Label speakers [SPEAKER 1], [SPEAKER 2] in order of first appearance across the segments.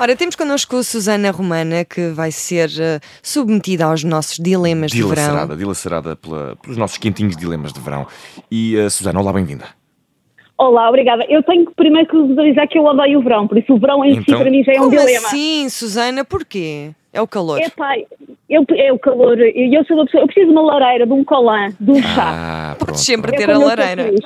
[SPEAKER 1] Ora, temos connosco Susana Romana, que vai ser eh, submetida aos nossos dilemas de verão.
[SPEAKER 2] Dilacerada, dilacerada pela- pelos nossos quentinhos dilemas de verão. E a Susana, olá, bem-vinda.
[SPEAKER 3] Olá, obrigada. Eu tenho que primeiro que visualizar que eu odeio o verão, por isso o verão em si
[SPEAKER 2] Então-
[SPEAKER 3] para mim já é um
[SPEAKER 1] Como
[SPEAKER 3] dilema.
[SPEAKER 1] assim, Susana? Porquê? É o calor.
[SPEAKER 3] Epá, eu, é o calor, e eu sou uma pessoa, eu preciso de uma lareira, de um colã, de um
[SPEAKER 2] Ah,
[SPEAKER 3] chá.
[SPEAKER 1] Podes sempre
[SPEAKER 3] É
[SPEAKER 1] ter a
[SPEAKER 3] como eu sou
[SPEAKER 1] lareira.
[SPEAKER 3] feliz.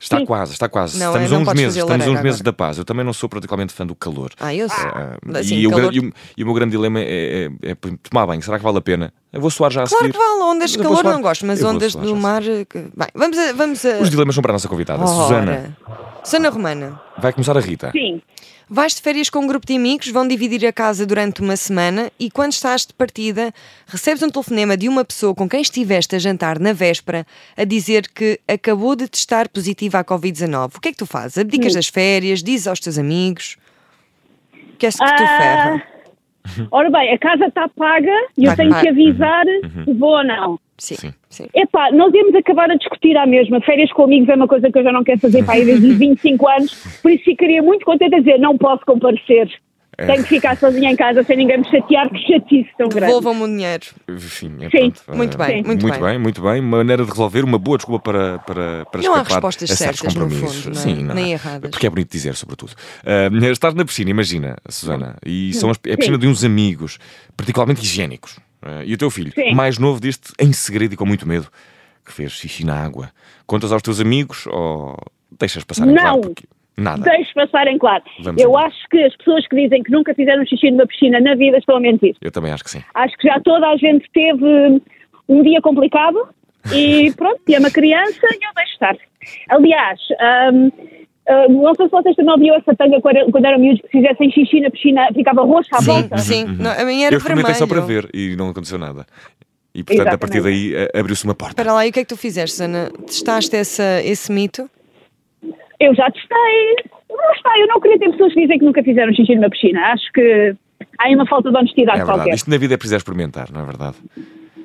[SPEAKER 2] Está
[SPEAKER 3] Sim.
[SPEAKER 2] quase, está quase.
[SPEAKER 1] Não, eu
[SPEAKER 2] estamos a
[SPEAKER 1] não
[SPEAKER 2] uns
[SPEAKER 1] posso
[SPEAKER 2] meses,
[SPEAKER 1] fazer
[SPEAKER 2] estamos a uns
[SPEAKER 1] lareira
[SPEAKER 2] meses
[SPEAKER 1] agora.
[SPEAKER 2] da paz. Eu também não sou particularmente fã do calor.
[SPEAKER 1] Ah, eu sei.
[SPEAKER 2] Ah,
[SPEAKER 1] Assim,
[SPEAKER 2] e, o,
[SPEAKER 1] calor-
[SPEAKER 2] gra- e o- e o meu grande dilema é, é- é tomar banho. Será que vale a pena? Eu vou suar já a
[SPEAKER 1] Claro
[SPEAKER 2] seguir.
[SPEAKER 1] que vale, ondas de
[SPEAKER 2] Eu vou
[SPEAKER 1] calor
[SPEAKER 2] suar-
[SPEAKER 1] não gosto, mas
[SPEAKER 2] eu vou
[SPEAKER 1] ondas
[SPEAKER 2] suar
[SPEAKER 1] do
[SPEAKER 2] já a
[SPEAKER 1] mar. eh, que- Bem, vamos a. Vamos a...
[SPEAKER 2] seguir. Os dilemas são para a nossa convidada. Susana,
[SPEAKER 1] Ora. Susana Romana,
[SPEAKER 2] vai começar a Rita.
[SPEAKER 3] Sim,
[SPEAKER 1] vais de férias com um grupo de amigos, vão dividir a casa durante uma semana e quando estás de partida, recebes um telefonema de uma pessoa com quem estiveste a jantar na véspera a dizer que acabou de testar positiva à Covid-19. O que é que tu fazes? Abdicas das férias, dizes aos teus amigos? Que é que tu
[SPEAKER 3] Ah,
[SPEAKER 1] ferra?
[SPEAKER 3] ora bem, a casa está paga e
[SPEAKER 1] Ah,
[SPEAKER 3] eu tenho
[SPEAKER 1] ah,
[SPEAKER 2] Uhum.
[SPEAKER 3] que avisar se vou ou não.
[SPEAKER 1] Sim, sim.
[SPEAKER 3] Epá, nós íamos acabar a discutir à mesma. Férias com amigos é uma coisa que eu já não quero fazer para aí desde os 25 anos, por isso ficaria muito contente a dizer não posso comparecer.
[SPEAKER 2] É.
[SPEAKER 3] Tenho que ficar sozinha em casa sem ninguém me chatear, que chatice tão grande.
[SPEAKER 1] Devolvam-me o dinheiro.
[SPEAKER 2] Enfim, é
[SPEAKER 3] Sim.
[SPEAKER 2] pronto.
[SPEAKER 1] Muito
[SPEAKER 2] Ah,
[SPEAKER 1] bem,
[SPEAKER 3] Sim.
[SPEAKER 1] muito
[SPEAKER 2] muito
[SPEAKER 1] bem.
[SPEAKER 2] bem, muito bem. Uma maneira de resolver, uma boa desculpa para, para, para
[SPEAKER 1] Não há
[SPEAKER 2] escapar
[SPEAKER 1] respostas
[SPEAKER 2] a certos
[SPEAKER 1] certas, no
[SPEAKER 2] compromissos.
[SPEAKER 1] fundo, não é?
[SPEAKER 2] Sim,
[SPEAKER 1] Nem
[SPEAKER 2] é?
[SPEAKER 1] erradas.
[SPEAKER 2] Porque é bonito dizer, sobretudo. Ah, estar na piscina, imagina, Susana, e são as- é a piscina
[SPEAKER 3] Sim.
[SPEAKER 2] de uns amigos, particularmente higiênicos. Ah, e o teu filho,
[SPEAKER 3] Sim.
[SPEAKER 2] mais novo, deste em segredo e com muito medo, que fez xixi na água. Contas aos teus amigos ou deixas passar em
[SPEAKER 3] Não.
[SPEAKER 2] claro? Porque... Nada.
[SPEAKER 3] Deixe passar em claro.
[SPEAKER 2] Vamos
[SPEAKER 3] eu
[SPEAKER 2] embora.
[SPEAKER 3] acho que as pessoas que dizem que nunca fizeram xixi numa piscina na vida estão a mentir.
[SPEAKER 2] Eu também acho que sim.
[SPEAKER 3] Acho que já toda a gente teve um dia complicado e pronto, e é uma criança e eu deixo estar. Aliás, hum, hum, não sei se vocês também ouviam essa tanga quando quando eram miúdos que fizessem xixi na piscina ficava roxa à volta.
[SPEAKER 1] Sim, sim. Não, a minha era
[SPEAKER 2] Uhum, eu experimentei
[SPEAKER 1] vermelho.
[SPEAKER 2] só para ver e não aconteceu nada. E portanto, a partir daí ah, abriu-se uma porta.
[SPEAKER 1] Espera lá, e o que é que tu fizeste, Susana? Testaste essa, esse mito?
[SPEAKER 3] Eu já testei. Não está, eu não queria ter pessoas que dizem que nunca fizeram xixi numa piscina. Acho que há aí uma falta de honestidade
[SPEAKER 2] É verdade.
[SPEAKER 3] qualquer.
[SPEAKER 2] Isto na vida é preciso experimentar, não é verdade?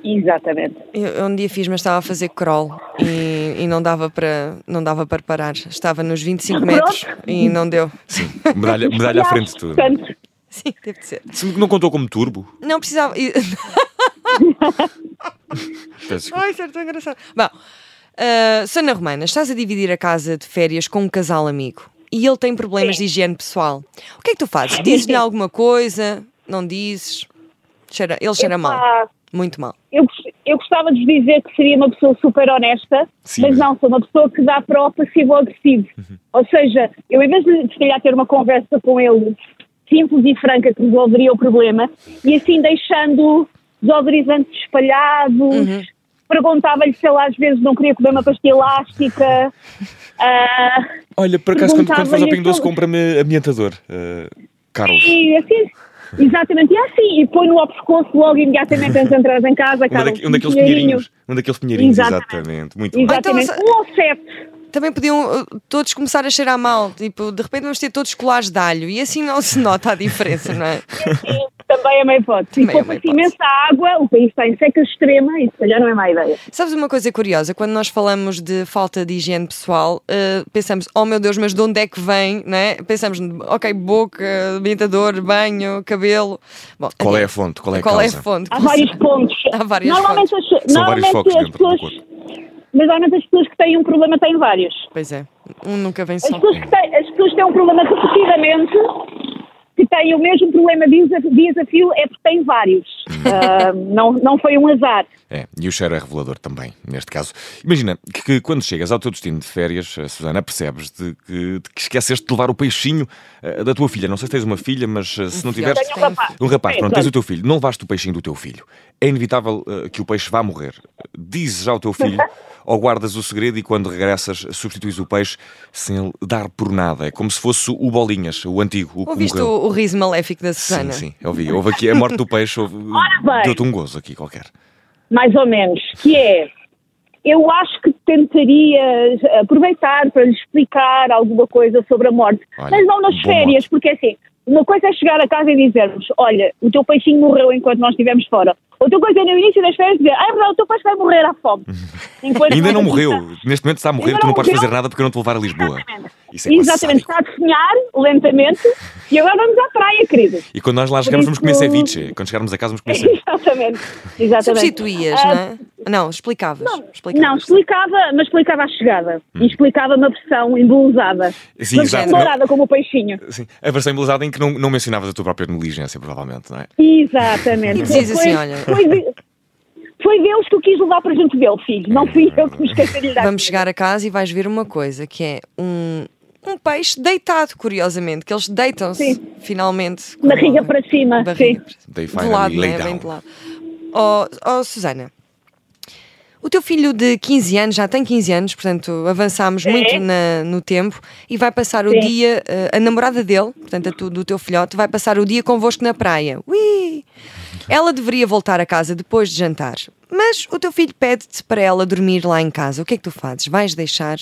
[SPEAKER 3] Exatamente.
[SPEAKER 1] Eu, eu um dia fiz, mas estava a fazer crawl e, e não, dava para, não dava para parar. Estava nos 25 metros e não deu.
[SPEAKER 2] Sim. Medalha, medalha à frente de tudo.
[SPEAKER 3] Portanto,
[SPEAKER 1] Sim, teve de ser.
[SPEAKER 2] Se não contou como turbo.
[SPEAKER 1] Não precisava. e-
[SPEAKER 2] peço desculpa.
[SPEAKER 1] Ai, certo, tão engraçado. Bom, ah, Susana Romana, estás a dividir a casa de férias com um casal amigo e ele tem problemas de higiene pessoal. O que é que tu fazes? Dizes-lhe alguma coisa? Não dizes? Cheira- ele cheira
[SPEAKER 2] Ah.
[SPEAKER 1] mal.
[SPEAKER 3] pá,
[SPEAKER 1] Muito mal.
[SPEAKER 3] eu, gost- eu gostava de vos dizer que seria uma pessoa super honesta,
[SPEAKER 2] Sim, Uhum.
[SPEAKER 3] mas
[SPEAKER 2] mas-
[SPEAKER 3] não, sou uma pessoa que dá para o passivo agressivo. Ou seja, eu em vez de se calhar ter uma conversa com ele simples e franca que resolveria o problema, e assim deixando desodorizantes espalhados,
[SPEAKER 2] Uhum.
[SPEAKER 3] perguntava-lhe se ele às vezes não queria comer uma pastilha elástica. ah,
[SPEAKER 2] Olha, por acaso, quando, quando faz ao
[SPEAKER 3] Perguntava-lhe
[SPEAKER 2] Pingo Doce,
[SPEAKER 3] aquilo.
[SPEAKER 2] compra-me ambientador. eh, Carlos.
[SPEAKER 3] e assim, exatamente, e assim, e põe-no ao pescoço logo imediatamente antes de entrar em casa,
[SPEAKER 2] Um,
[SPEAKER 3] cara,
[SPEAKER 2] daque- um daqueles pinheirinhos. Um daqueles pinheirinhos, exatamente. Muito bem.
[SPEAKER 3] Exatamente,
[SPEAKER 1] Então,
[SPEAKER 3] um ou sete.
[SPEAKER 1] Também podiam uh, todos começar a cheirar mal. Tipo, de repente vamos ter todos colares de alho e assim não se nota a diferença, não é?
[SPEAKER 3] Sim, também é uma hipótese.
[SPEAKER 1] Também é
[SPEAKER 3] Se
[SPEAKER 1] uma
[SPEAKER 3] fosse
[SPEAKER 1] hipótese.
[SPEAKER 3] imensa água, o país está em seca extrema e se calhar não é má ideia.
[SPEAKER 1] Sabes uma coisa curiosa? Quando nós falamos de falta de higiene pessoal, eh, pensamos, oh meu Deus, mas de onde é que vem? Não é? Pensamos, ok, boca, ambientador, banho, cabelo. Bom,
[SPEAKER 2] Qual é a
[SPEAKER 1] adiante.
[SPEAKER 2] fonte? Qual é a
[SPEAKER 1] Qual
[SPEAKER 2] causa?
[SPEAKER 1] a fonte?
[SPEAKER 3] Há vários pontos.
[SPEAKER 1] Há várias
[SPEAKER 3] normalmente as,
[SPEAKER 2] São vários
[SPEAKER 3] normalmente
[SPEAKER 2] focos
[SPEAKER 3] as
[SPEAKER 2] dentro do
[SPEAKER 3] pessoas. Mas normalmente as pessoas que têm um problema têm vários.
[SPEAKER 1] Pois é, um nunca vem
[SPEAKER 3] As
[SPEAKER 1] só.
[SPEAKER 3] pessoas que têm, as pessoas que têm um problema repetidamente, que têm o mesmo problema de desa- de desafio, é porque têm vários.
[SPEAKER 2] Hum.
[SPEAKER 3] Ah, não, não foi um azar.
[SPEAKER 2] É, e o cheiro é revelador também, neste caso. Imagina que, que quando chegas ao teu destino de férias, eh, Susana, percebes de que, de que esqueceste de levar o peixinho eh, da tua filha. Não sei se tens uma filha, mas eh, se não
[SPEAKER 1] filhote.
[SPEAKER 2] tiveres.
[SPEAKER 3] Tenho um rapaz.
[SPEAKER 2] Um rapaz,
[SPEAKER 3] Sim,
[SPEAKER 2] pronto, tens
[SPEAKER 3] claro.
[SPEAKER 2] o teu filho, não levaste o peixinho do teu filho. É inevitável eh, que o peixe vá morrer. Dizes ao teu filho, ou guardas o segredo e quando regressas substituís o peixe sem ele dar por nada. É como se fosse o Bolinhas, o antigo, o que
[SPEAKER 1] Ouviste o,
[SPEAKER 2] morreu.
[SPEAKER 1] o riso maléfico da Susana?
[SPEAKER 2] Sim, sim, eu ouvi. Houve aqui a morte do peixe, houve-
[SPEAKER 3] Ora bem.
[SPEAKER 2] deu-te um gozo aqui qualquer.
[SPEAKER 3] mais ou menos, que é eu acho que tentaria eh, aproveitar para lhe explicar alguma coisa sobre a morte,
[SPEAKER 2] Olha,
[SPEAKER 3] mas não nas
[SPEAKER 2] bom
[SPEAKER 3] férias, porque assim, uma coisa é chegar a casa e dizermos, olha, o teu peixinho morreu enquanto nós estivemos fora. Outra coisa é no início das férias dizer, ah, é verdade, o teu peixe vai morrer à fome. Enquanto
[SPEAKER 2] Ainda não
[SPEAKER 3] nós aqui
[SPEAKER 2] morreu.
[SPEAKER 3] estamos.
[SPEAKER 2] Neste momento está a morrer,
[SPEAKER 3] Ainda
[SPEAKER 2] tu não
[SPEAKER 3] não
[SPEAKER 2] podes
[SPEAKER 3] morreu.
[SPEAKER 2] fazer nada porque eu não te vou levar a Lisboa.
[SPEAKER 3] Exatamente.
[SPEAKER 2] Isso é quase
[SPEAKER 3] Exatamente,
[SPEAKER 2] sádico.
[SPEAKER 3] está a definhar lentamente e agora vamos à praia, queridos.
[SPEAKER 2] E quando nós lá chegarmos, vamos comer
[SPEAKER 3] isso-
[SPEAKER 2] ceviche. Quando chegarmos a casa, vamos comer ceviche.
[SPEAKER 3] Exatamente. Exatamente.
[SPEAKER 1] Substituías,
[SPEAKER 3] Ah,
[SPEAKER 1] não é? Não, explicavas. explicavas.
[SPEAKER 3] Não, explicava, mas explicava à chegada.
[SPEAKER 1] Hum.
[SPEAKER 3] E explicava uma versão embolsada.
[SPEAKER 2] Sim,
[SPEAKER 3] uma
[SPEAKER 2] exato.
[SPEAKER 3] versão dourada como o peixinho.
[SPEAKER 2] Sim, a versão embelezada em que não, não mencionavas a tua própria negligência, provavelmente, não é?
[SPEAKER 3] Exatamente.
[SPEAKER 1] E dizias assim,
[SPEAKER 3] Foi-
[SPEAKER 1] olha-
[SPEAKER 3] Foi, de- foi deles que eu quis levar para junto dele, filho. Não fui eu que me esqueci de lhe dar.
[SPEAKER 1] Vamos chegar a casa e vais ver uma coisa, que é um, um peixe deitado, curiosamente, que eles deitam-se,
[SPEAKER 3] Sim.
[SPEAKER 1] finalmente. com
[SPEAKER 3] Barriga
[SPEAKER 1] a-
[SPEAKER 3] para cima,
[SPEAKER 1] barriga
[SPEAKER 3] sim.
[SPEAKER 1] para-
[SPEAKER 2] They
[SPEAKER 1] de
[SPEAKER 2] finally
[SPEAKER 1] lado, não
[SPEAKER 2] lay
[SPEAKER 1] é? Bem
[SPEAKER 2] down.
[SPEAKER 1] de lado. Oh, oh, Susana, o teu filho de 15 anos, já tem 15 anos, portanto avançámos muito na- no tempo e vai passar o
[SPEAKER 3] Sim.
[SPEAKER 1] dia, eh, a namorada dele, portanto a tu- do teu filhote, vai passar o dia convosco na praia. Ui! Ela deveria voltar a casa depois de jantar, mas o teu filho pede-te para ela dormir lá em casa. O que é que tu fazes? Vais deixar?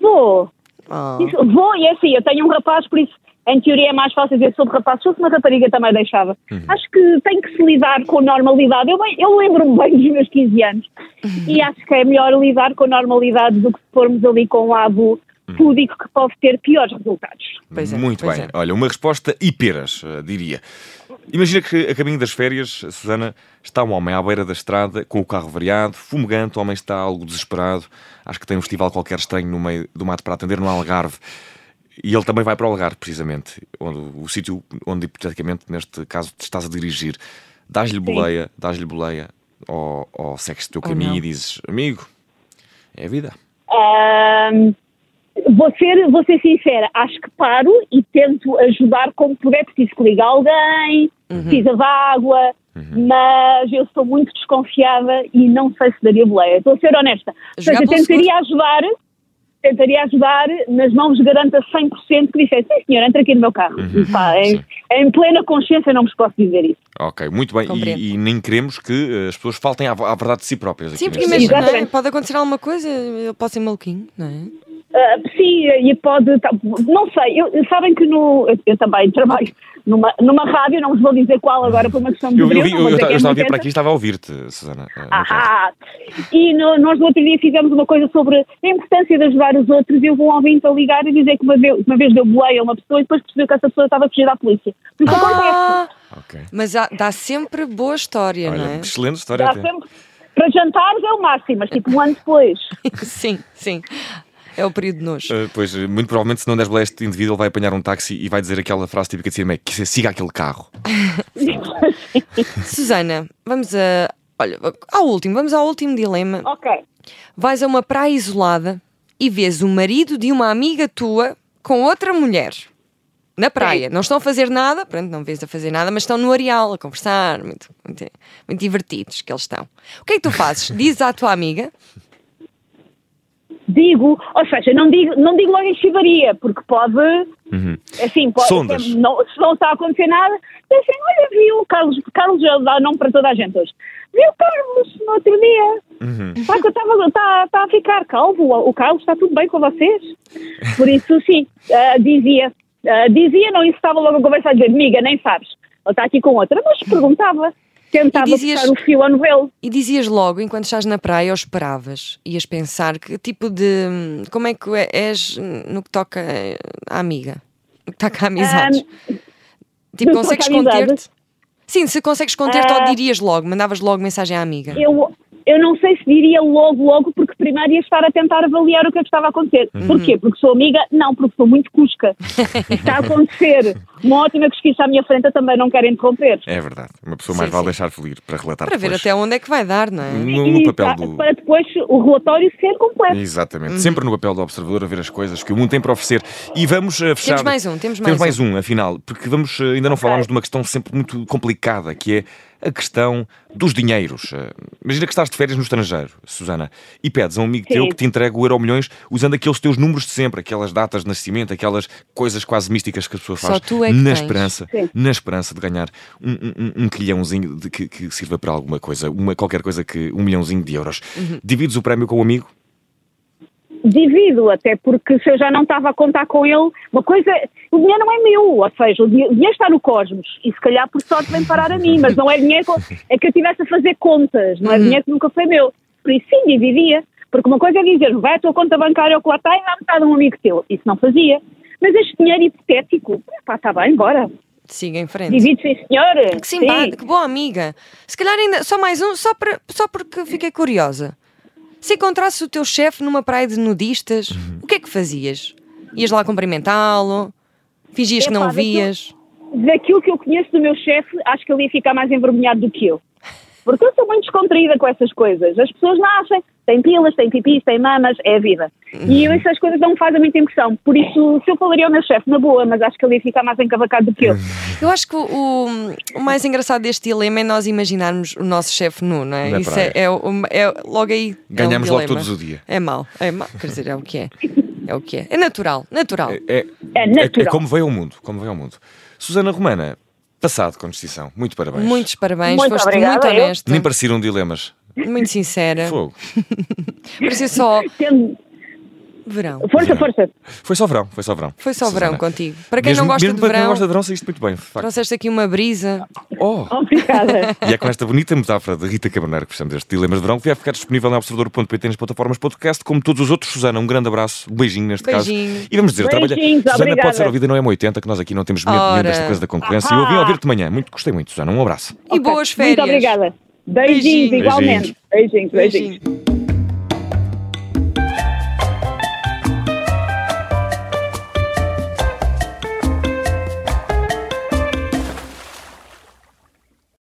[SPEAKER 3] Vou.
[SPEAKER 1] Oh.
[SPEAKER 3] Isso- Vou, e é assim, eu tenho um rapaz, por isso, em teoria é mais fácil dizer sobre rapaz. Se fosse uma rapariga também deixava. Acho que tem que se lidar com normalidade. Eu, bem- eu lembro-me bem dos meus 15 anos. E acho que é melhor lidar com normalidade do que se formos ali com um lado púdico que pode ter piores resultados.
[SPEAKER 1] Pois é,
[SPEAKER 2] Muito
[SPEAKER 1] pois
[SPEAKER 2] bem.
[SPEAKER 1] é.
[SPEAKER 2] Olha, uma resposta e peras, eh, diria. Imagina que a caminho das férias, Susana, está um homem à beira da estrada, com o carro variado, fumegante, o homem está algo desesperado, acho que tem um festival qualquer estranho no meio do mato para atender no Algarve. E ele também vai para o Algarve, precisamente, onde, o sítio onde, hipoteticamente, neste caso, te estás a dirigir. Dás-lhe boleia, dás-lhe boleia, ou, ou segues o teu
[SPEAKER 1] Ou
[SPEAKER 2] caminho
[SPEAKER 1] não.
[SPEAKER 2] e dizes, amigo, é a vida.
[SPEAKER 3] Ahm, vou, ser, vou ser sincera, acho que paro e tento ajudar como puder. Preciso que ligue alguém,
[SPEAKER 1] Uhum.
[SPEAKER 3] precisa de água, mas eu sou muito desconfiada e não sei se daria boleia. Estou a ser honesta. Ou
[SPEAKER 1] Jogar
[SPEAKER 3] seja,
[SPEAKER 1] pelo
[SPEAKER 3] tentaria ajudar, tentaria ajudar, mas não vos garanto a 100% que dissesse, sim senhor, entra aqui no meu carro.
[SPEAKER 1] Uhum.
[SPEAKER 3] E pá, em,
[SPEAKER 2] Sim.
[SPEAKER 3] em plena consciência não vos posso dizer isso.
[SPEAKER 2] Ok, muito bem.
[SPEAKER 1] Compreendo.
[SPEAKER 2] E, e nem queremos que eh, as pessoas faltem à, à verdade de si próprias. aqui
[SPEAKER 1] Sim, porque
[SPEAKER 2] neste
[SPEAKER 3] Sim,
[SPEAKER 1] imagina, não
[SPEAKER 2] segmento.
[SPEAKER 1] é?
[SPEAKER 3] exatamente.
[SPEAKER 1] pode acontecer alguma coisa, ele pode ser maluquinho, não é?
[SPEAKER 3] Ah, sim, e pode. tá, Não sei, eu, sabem que no, eu, eu também trabalho numa, numa rádio, não vos vou dizer qual agora por uma questão de.
[SPEAKER 2] Eu, eu,
[SPEAKER 3] brilho,
[SPEAKER 2] vi-
[SPEAKER 3] não
[SPEAKER 2] eu,
[SPEAKER 3] vou
[SPEAKER 2] eu,
[SPEAKER 3] dizer
[SPEAKER 2] ta-
[SPEAKER 3] quem
[SPEAKER 2] eu
[SPEAKER 3] me
[SPEAKER 1] é
[SPEAKER 2] estava a vir
[SPEAKER 3] interessa.
[SPEAKER 2] para aqui e estava a ouvir-te, Susana. eh, no caso.
[SPEAKER 3] Ah, e no- nós no outro dia fizemos uma coisa sobre a importância de ajudar os outros e eu vou um ouvinte a ligar e dizer que uma vez, uma vez deu boleia a uma pessoa e depois percebeu que essa pessoa estava a fugir da polícia. Porque acontece,
[SPEAKER 1] Ah,
[SPEAKER 2] Ok.
[SPEAKER 1] Mas há- dá sempre boa história,
[SPEAKER 2] Olha,
[SPEAKER 1] não é?
[SPEAKER 2] excelente história.
[SPEAKER 3] dá
[SPEAKER 2] até.
[SPEAKER 3] sempre- para jantares é o máximo, mas tipo um ano depois.
[SPEAKER 1] sim, sim. É o período de nojo.
[SPEAKER 2] Eh, pois, eh, muito provavelmente, se não deres boleia a este indivíduo, ele vai apanhar um táxi e vai dizer aquela frase típica de cinema: que se- siga aquele carro.
[SPEAKER 1] Susana, vamos a. Olha, ao último, vamos ao último dilema.
[SPEAKER 3] ok.
[SPEAKER 1] Vais a uma praia isolada e vês o marido de uma amiga tua com outra mulher. Na praia. Não estão a fazer nada, pronto, não vês a fazer nada, mas estão no areal a conversar, muito, muito, muito divertidos que eles estão. O que é que tu fazes? Dizes à tua amiga,
[SPEAKER 3] Digo, ou seja, não digo, não digo logo em chivaria, porque pode. Assim, pode.
[SPEAKER 2] Sondas.
[SPEAKER 3] Não, se não está a acontecer nada, dizem, olha, viu, o Carlos, Carlos já dá nome para toda a gente hoje. Viu, Carlos, no outro dia. Pá, que eu estava tá, tá a ficar calvo, o, o Carlos está tudo bem com vocês. Por isso, sim, ah, dizia. ah, dizia, não estava logo a conversar, dizer, amiga, nem sabes. Ele está aqui com outra, mas perguntava. Tentava
[SPEAKER 1] E dizias-
[SPEAKER 3] puxar o fio ao novelo.
[SPEAKER 1] E dizias logo, enquanto estás na praia, ou esperavas, ias pensar que tipo de. hum, Como é que é- és hum, no que toca eh, à amiga? No que toca a amizades? tipo,
[SPEAKER 3] no que
[SPEAKER 1] consegues
[SPEAKER 3] toca a
[SPEAKER 1] conter-te?
[SPEAKER 3] amizades?
[SPEAKER 1] Sim, se consegues conter-te,
[SPEAKER 3] Ah.
[SPEAKER 1] ou dirias logo, mandavas logo mensagem à amiga.
[SPEAKER 3] eu, eu não sei se diria logo, logo, porque primeiro ia estar a tentar avaliar o que é que estava a acontecer.
[SPEAKER 2] Uhum.
[SPEAKER 3] Porquê? Porque sou amiga? Não, porque sou muito cusca. Está a acontecer uma ótima cosquice à minha frente, eu também não quero interromper.
[SPEAKER 2] É verdade. Uma pessoa
[SPEAKER 1] Sim,
[SPEAKER 2] mais vale
[SPEAKER 1] sim.
[SPEAKER 2] deixar fluir para relatar
[SPEAKER 1] Para ver
[SPEAKER 2] depois.
[SPEAKER 1] até onde é que vai dar, não é?
[SPEAKER 2] no,
[SPEAKER 3] E
[SPEAKER 2] no papel
[SPEAKER 3] pa-
[SPEAKER 2] do.
[SPEAKER 3] Para depois o relatório ser completo.
[SPEAKER 2] Exatamente,
[SPEAKER 1] Uhum.
[SPEAKER 2] sempre no papel do observador a ver as coisas que o mundo tem para oferecer. E vamos eh, fechar.
[SPEAKER 1] Temos mais um, temos mais
[SPEAKER 2] um. afinal, porque vamos, eh, ainda não falámos de uma questão sempre muito complicada, que é a questão dos dinheiros. Eh, Imagina que estás de férias no estrangeiro, Susana, e pedes a um amigo
[SPEAKER 3] Sim.
[SPEAKER 2] teu que te entregue o euro milhões usando aqueles teus números de sempre, aquelas datas de nascimento, aquelas coisas quase místicas que a pessoa
[SPEAKER 1] Só
[SPEAKER 2] faz
[SPEAKER 1] tu é que
[SPEAKER 2] na
[SPEAKER 1] tens.
[SPEAKER 2] esperança,
[SPEAKER 3] Sim.
[SPEAKER 2] na esperança de ganhar um, um- um- um quilhãozinho de- que, que sirva para alguma coisa, uma, qualquer coisa que um milhãozinho de euros.
[SPEAKER 1] Uhum.
[SPEAKER 2] Divides o prémio com o amigo.
[SPEAKER 3] Divido, até porque se eu já não estava a contar com ele, uma coisa. O dinheiro não é meu, ou seja, o dinhe- o dinheiro está no cosmos e se calhar por sorte vem parar a mim, mas não é dinheiro co- é que eu estivesse a fazer contas, não é dinheiro que nunca foi meu. Por isso, sim, dividia. Porque uma coisa é dizer, vai à tua conta bancária ou que lá está e dá metade a um amigo teu. Isso não fazia. Mas este dinheiro hipotético, pá, está bem, bora.
[SPEAKER 1] Siga em frente.
[SPEAKER 3] Divide, sim, senhor.
[SPEAKER 1] Que simpática, que boa amiga. Se calhar ainda só mais um, só, para, só porque fiquei curiosa. Se encontrasse o teu chefe numa praia de nudistas,
[SPEAKER 2] Uhum.
[SPEAKER 1] o que é que fazias? Ias lá cumprimentá-lo? Fingias que não
[SPEAKER 3] Epá,
[SPEAKER 1] o vias?
[SPEAKER 3] daquilo que eu conheço do meu chefe, acho que ele ia ficar mais envergonhado do que eu. Porque eu sou muito descontraída com essas coisas. As pessoas nascem, têm pilas, têm pipis, têm mamas, é a vida. E eu, essas coisas não me fazem muita impressão. Por isso, se eu falaria ao meu chefe, na boa, mas acho que ele ia ficar mais encavacado do que eu.
[SPEAKER 1] Eu acho que o, o mais engraçado deste dilema é nós imaginarmos o nosso chefe nu, não é?
[SPEAKER 2] Na
[SPEAKER 1] Isso
[SPEAKER 2] praia.
[SPEAKER 1] é, é, o- é logo aí.
[SPEAKER 2] Ganhamos
[SPEAKER 1] é um
[SPEAKER 2] logo
[SPEAKER 1] dilema.
[SPEAKER 2] todos o dia.
[SPEAKER 1] É mau, é mau, quer dizer, é o que é. É o que é. É natural, natural.
[SPEAKER 2] É,
[SPEAKER 3] É natural.
[SPEAKER 2] como veio ao mundo, como veio ao mundo. Susana Romana, passado com distinção. Muito parabéns.
[SPEAKER 1] Muitos parabéns,
[SPEAKER 3] Muito
[SPEAKER 1] foste
[SPEAKER 3] obrigada,
[SPEAKER 1] muito
[SPEAKER 3] eu.
[SPEAKER 1] honesta,
[SPEAKER 2] Nem pareciam dilemas.
[SPEAKER 1] muito sincera.
[SPEAKER 2] Fogo.
[SPEAKER 1] Parecia só
[SPEAKER 3] Tendo-
[SPEAKER 1] verão.
[SPEAKER 3] Força, força.
[SPEAKER 2] Foi só verão, foi só verão.
[SPEAKER 1] Foi só
[SPEAKER 2] Susana.
[SPEAKER 1] verão contigo. Para quem não
[SPEAKER 2] Mesmo-
[SPEAKER 1] gosta
[SPEAKER 2] mesmo
[SPEAKER 1] de
[SPEAKER 2] para quem
[SPEAKER 1] verão,
[SPEAKER 2] não gosta de verão, saíste muito bem. de facto.
[SPEAKER 1] trouxeste aqui uma brisa.
[SPEAKER 2] Oh.
[SPEAKER 3] Obrigada.
[SPEAKER 2] E é com esta bonita metáfora de Rita Caberneiro que fechamos este Dilemas de Verão, que vai ficar disponível na observador.pt nas plataformas podcast, como todos os outros. Susana, um grande abraço, um beijinho neste caso.
[SPEAKER 1] Beijinho.
[SPEAKER 2] E vamos dizer, trabalha.
[SPEAKER 3] Beijinhos,
[SPEAKER 2] Susana pode
[SPEAKER 3] obrigada.
[SPEAKER 2] ser ouvida no M80, que nós aqui não temos medo nenhum
[SPEAKER 1] Ora.
[SPEAKER 2] desta coisa da concorrência. E
[SPEAKER 3] Ahá.
[SPEAKER 2] eu ouvi ouvir-te de manhã. Muito, gostei muito, Susana. Um abraço.
[SPEAKER 1] E boas férias.
[SPEAKER 3] Muito obrigada. Beijinhos,
[SPEAKER 1] Beijinhos.
[SPEAKER 3] igualmente. beijinhos. beijinhos.
[SPEAKER 1] Beijinho.